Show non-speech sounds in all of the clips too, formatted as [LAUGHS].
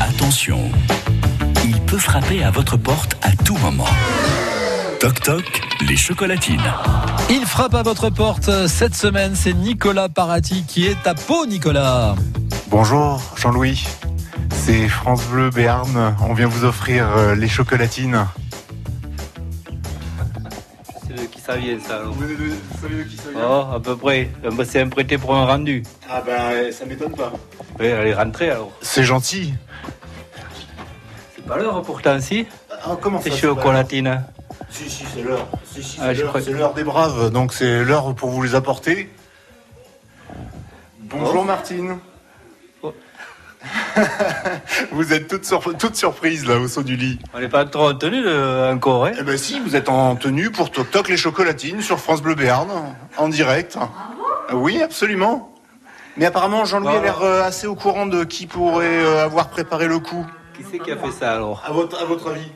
Attention, il peut frapper à votre porte à tout moment. Toc toc, les chocolatines. Il frappe à votre porte cette semaine, c'est Nicolas Parati qui est à Pau, Nicolas. Bonjour Jean-Louis, c'est France Bleu Béarn, on vient vous offrir euh, les chocolatines. C'est de qui ça vient ça alors Oh, à peu près. Euh, bah, C'est un prêté pour un rendu. Ah bah ça m'étonne pas. Oui, allez, rentrez alors. C'est gentil. C'est pas l'heure pourtant, si Ah, comment C'est ça, chocolatine. pas l'heure Si si c'est l'heure. Si, si, c'est Ah, je l'heure, crois- c'est l'heure des braves, donc c'est l'heure pour vous les apporter. Bonjour Martine. Oh. [LAUGHS] vous êtes toute, surp- toute surprise là au saut du lit. On n'est pas trop en tenue euh, encore, hein Eh ben si, vous êtes en tenue pour Toc Toc les chocolatines sur France Bleu Béarn, en direct. oui, absolument. Mais apparemment, Jean-Louis a Voilà. l'air euh, assez au courant de qui pourrait euh, avoir préparé le coup. Qui c'est qui a fait ça alors À votre, à votre avis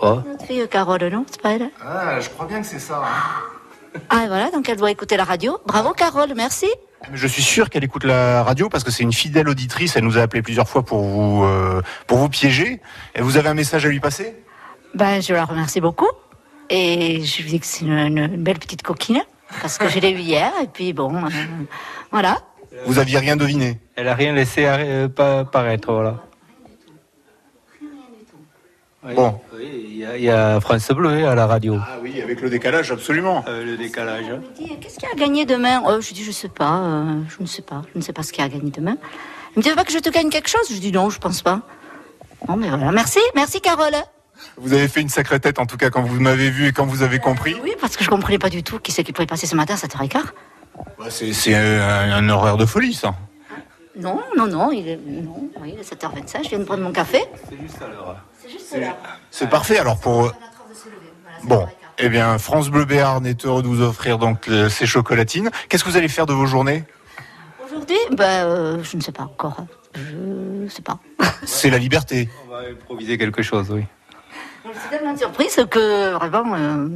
Oh, Notre fille Carole, non C'est pas elle Ah, je crois bien que c'est ça. hein. Ah, et voilà, donc elle doit écouter la radio. Bravo, Carole, merci. Je suis sûr qu'elle écoute la radio parce que c'est une fidèle auditrice. Elle nous a appelé plusieurs fois pour vous, euh, pour vous piéger. Et vous avez un message à lui passer Ben, je la remercie beaucoup. Et je lui dis que c'est une, une belle petite coquine. Parce que je l'ai eu hier, et puis bon, euh, voilà. Vous aviez rien deviné. elle a rien laissé arri- euh, pas paraître, voilà. Oui, Bon. oui, il y, a- il y a France Bleu hein, à la radio. Ah oui, avec le décalage, absolument. Euh, le décalage. hein. Elle me dit, Qu'est-ce qu'il y a à gagner demain Oh, Je lui dis, je sais pas, euh, je ne sais pas, je ne sais pas ce qu'il y a à gagner demain. Elle me dit, tu veux pas que je te gagne quelque chose Je lui dis, non, je pense pas. Bon, mais voilà, merci, merci Carole. Vous avez fait une sacrée tête en tout cas quand vous m'avez vu et quand vous avez compris. Oui, parce que je comprenais pas du tout qui c'est qui pouvait passer ce matin à 7h15. Bah, c'est c'est euh, un, un horaire de folie, ça. Non, non, non, il est, non, oui, il est 7h25, je viens de prendre mon café. C'est juste à l'heure. C'est juste là. C'est parfait. Alors pour euh, bon, eh bien France Bleu Béarn est heureux de vous offrir donc euh, ces chocolatines. Qu'est-ce que vous allez faire de vos journées Aujourd'hui, ben, euh, je ne sais pas encore. Je sais pas. C'est la liberté. On va improviser quelque chose, oui. C'est tellement surprise que vraiment, euh,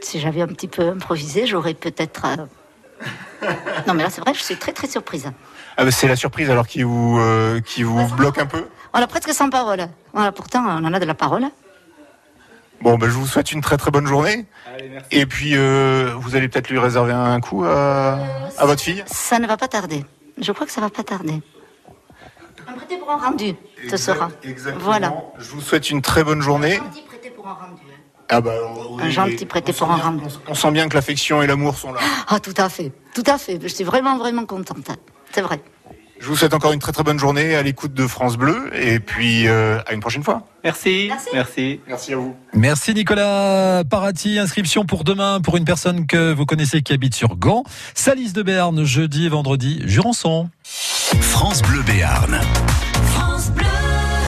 si j'avais un petit peu improvisé, j'aurais peut-être. [LAUGHS] euh, Non, mais là, c'est vrai, je suis très très surprise. Ah, bah, c'est la surprise alors qui vous euh, qui Bah, vous bloque un peu. On a presque 100 paroles. Voilà, pourtant, on en a de la parole. Bon, ben je vous souhaite une très très bonne journée. Allez, merci. Et puis euh, vous allez peut-être lui réserver un coup à, à votre fille. Ça ne va pas tarder. Je crois que ça va pas tarder. Un prêté pour un rendu, Euh, ce sera. Voilà. Je vous souhaite une très bonne journée. Un gentil prêté pour un rendu. hein. Ah bah, on- Un gentil prêté on pour sent un bien- rendu. on- On sent bien que l'affection et l'amour sont là. Ah, tout à fait. Tout à fait. Je suis vraiment, vraiment contente. C'est vrai. Je vous souhaite encore une très très bonne journée à l'écoute de France Bleu et puis euh, à une prochaine fois. Merci. Merci. merci. Merci à vous. Merci Nicolas Parati. Inscription pour demain pour une personne que vous connaissez qui habite sur Gand. Salis de Berne, jeudi et vendredi, Jurançon. France Bleu Béarn. France Bleu.